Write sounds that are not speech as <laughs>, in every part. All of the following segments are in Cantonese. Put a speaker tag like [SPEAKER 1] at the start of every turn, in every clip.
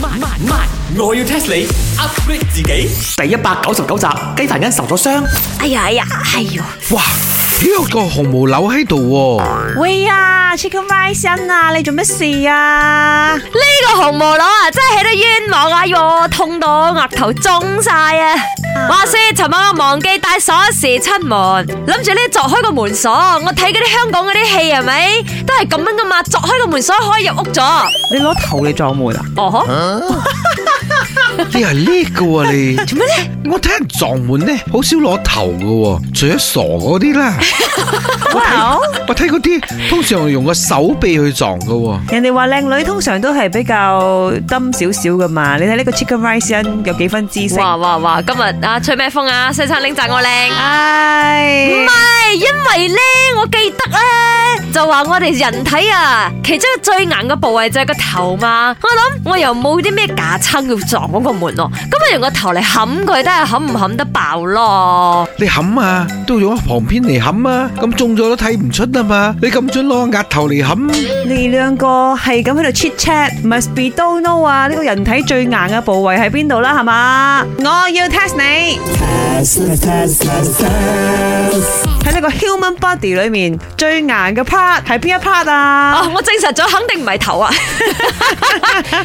[SPEAKER 1] 慢慢慢，我要 test 你 upgrade 自己。第一百九十九集，雞凡欣受咗傷。
[SPEAKER 2] 哎呀哎呀，哎呦！
[SPEAKER 3] 哇！呢個紅毛樓喺度喎，
[SPEAKER 4] 喂啊，Chicken Rice 啊，你做乜事啊？
[SPEAKER 2] 呢個紅毛佬啊，真係起得冤枉啊！喲，痛到額頭腫晒啊！話說尋晚我忘記帶鎖匙出門，諗住咧鑿開個門鎖。我睇嗰啲香港嗰啲戲係咪都係咁樣噶嘛？鑿開個門鎖可以入屋咗。
[SPEAKER 4] 你攞頭嚟撞門啊？
[SPEAKER 2] 哦呵，
[SPEAKER 3] 你係呢個啊你？
[SPEAKER 2] 做咩咧？
[SPEAKER 3] 我睇人撞門咧，好少攞頭噶喎，除咗傻嗰啲啦。
[SPEAKER 4] 哇！
[SPEAKER 3] 我睇嗰啲通常用個手臂去撞噶喎。
[SPEAKER 4] 人哋話靚女通常都係比較冧少少噶嘛，你睇呢個 Chicken Rice 有幾分姿色？
[SPEAKER 2] 哇哇哇！今日啊吹咩風啊？西餐拎讚我靚。唔
[SPEAKER 4] 唉，
[SPEAKER 2] 係，因為咧，我記得咧就話我哋人體啊，其中最硬嘅部位就係個頭嘛。我諗我又冇啲咩架撐要撞嗰個門咯，咁咪用個頭嚟冚佢，睇下冚唔冚得爆咯。
[SPEAKER 3] 你冚啊，都用旁邊嚟冚啊，咁中咗都睇唔出啊嘛。你咁準攞個額頭嚟冚，
[SPEAKER 4] 你兩個係咁喺度 chit chat，must be don't know 啊！呢個人體最硬嘅部位喺邊度啦？係嘛？我要 test 你。喺呢個 human body 裏面最硬嘅 part 係邊一 part 啊？
[SPEAKER 2] 啊，我證實咗，肯定唔係頭啊。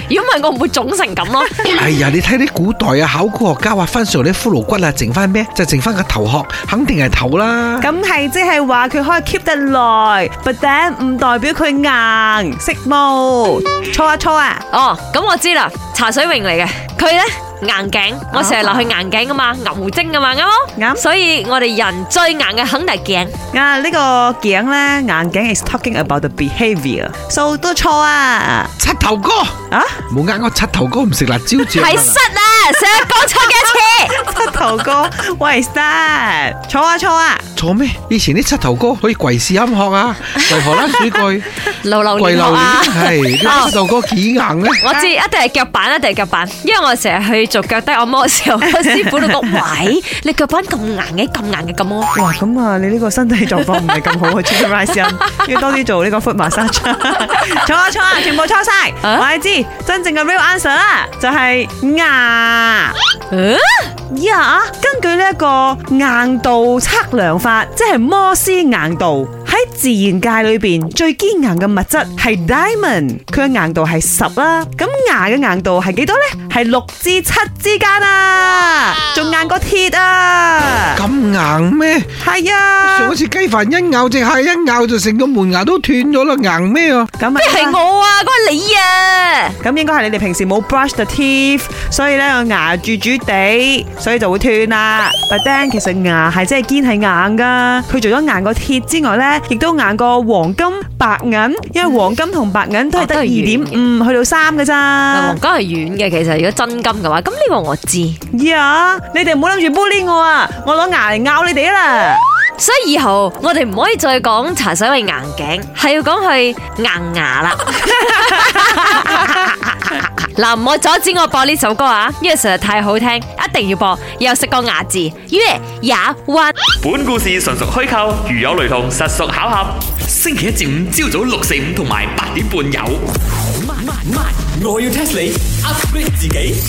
[SPEAKER 2] 如果唔係，我唔會腫成咁咯。
[SPEAKER 3] 哎呀，你睇啲古代啊，考古學家挖翻上嚟啲骷髏骨啊，剩翻咩？就剩翻個頭殼，肯定係頭啦。
[SPEAKER 4] 咁係即係話佢可以 keep 得耐，but then 唔代表佢硬，識冇？錯啊錯啊！
[SPEAKER 2] 哦，咁我知啦，茶水榮嚟嘅，佢咧硬頸，我成日留佢硬頸噶嘛，牛精噶嘛，哦啱冇？
[SPEAKER 4] 啱
[SPEAKER 2] 所以我哋人最硬嘅肯定係頸。
[SPEAKER 4] 啊呢個頸咧硬頸 is talking about the behaviour，so 都錯啊！
[SPEAKER 3] 七頭哥，
[SPEAKER 4] 啊
[SPEAKER 3] 冇呃我七頭哥唔食辣椒醬啊。
[SPEAKER 2] 係失啊！成日講錯幾 <laughs> 多次？
[SPEAKER 4] 七頭哥，what is that？錯啊錯啊！
[SPEAKER 3] 錯咩？以前啲七頭哥可以跪視音學
[SPEAKER 2] <laughs>
[SPEAKER 3] 啊，跪荷蘭鼠蓋，
[SPEAKER 2] 流流
[SPEAKER 3] 跪
[SPEAKER 2] 連
[SPEAKER 3] 榴
[SPEAKER 2] 學啊！
[SPEAKER 3] 蓮，係啲
[SPEAKER 2] 哦
[SPEAKER 3] 七頭哥幾硬咧？
[SPEAKER 2] 我知，一定係腳板，一定係腳板，因為我成日去做腳底按摩嘅時候，個師傅都講： <laughs> 喂，你腳板咁硬嘅，咁硬嘅咁咯。
[SPEAKER 4] 哇咁啊，你呢個身體狀況唔係咁好啊，Chicken Rice 要多啲做呢個 foot massage。錯啊 <laughs> 錯啊，全部錯晒！
[SPEAKER 2] 啊
[SPEAKER 4] 我哋知真正嘅 real answer 啦，就係牙。
[SPEAKER 2] 嗯
[SPEAKER 4] 呀根據呢一個硬度測量法，即係摩斯硬度，喺自然界裏邊最堅硬嘅物質係 diamond，佢嘅硬度係十啦。咁牙嘅硬度係幾多呢？係六至七之間啊，仲硬過鐵啊！
[SPEAKER 3] 咁硬咩？
[SPEAKER 4] 係啊
[SPEAKER 3] 上一，次雞飯一咬隻蟹一咬就成個門牙都斷咗啦，硬咩啊？
[SPEAKER 4] 咁啊
[SPEAKER 2] 即係我啊，嗰個你啊，
[SPEAKER 4] 咁應該係你哋平時冇 brush the teeth，所以咧個牙蛀蛀地，所以就會斷啦。But then 其實牙係真係堅係硬噶，佢除咗硬過鐵之外咧，亦都硬過黃金、白銀，因為黃金同白銀都係得
[SPEAKER 2] 哦都係
[SPEAKER 4] 二點
[SPEAKER 2] 軟
[SPEAKER 4] 五去到三嘅咋
[SPEAKER 2] 黃。金係軟嘅，其實如果真金嘅話，咁呢個我知。
[SPEAKER 4] 呀，你哋唔好諗住 bully 我啊，我攞牙嚟咬你哋啦。
[SPEAKER 2] 所以以後我哋唔可以再講茶水為硬頸，係要講佢硬牙啦。嗱，唔好阻止我播呢首歌啊，因為實在太好聽，一定要播。又食個牙字，耶牙彎。
[SPEAKER 1] 本故事純屬虛構，如有雷同，實屬巧合。星期一至五朝早六四五同埋八點半有。慢慢慢，我要 test 你 upgrade 自己。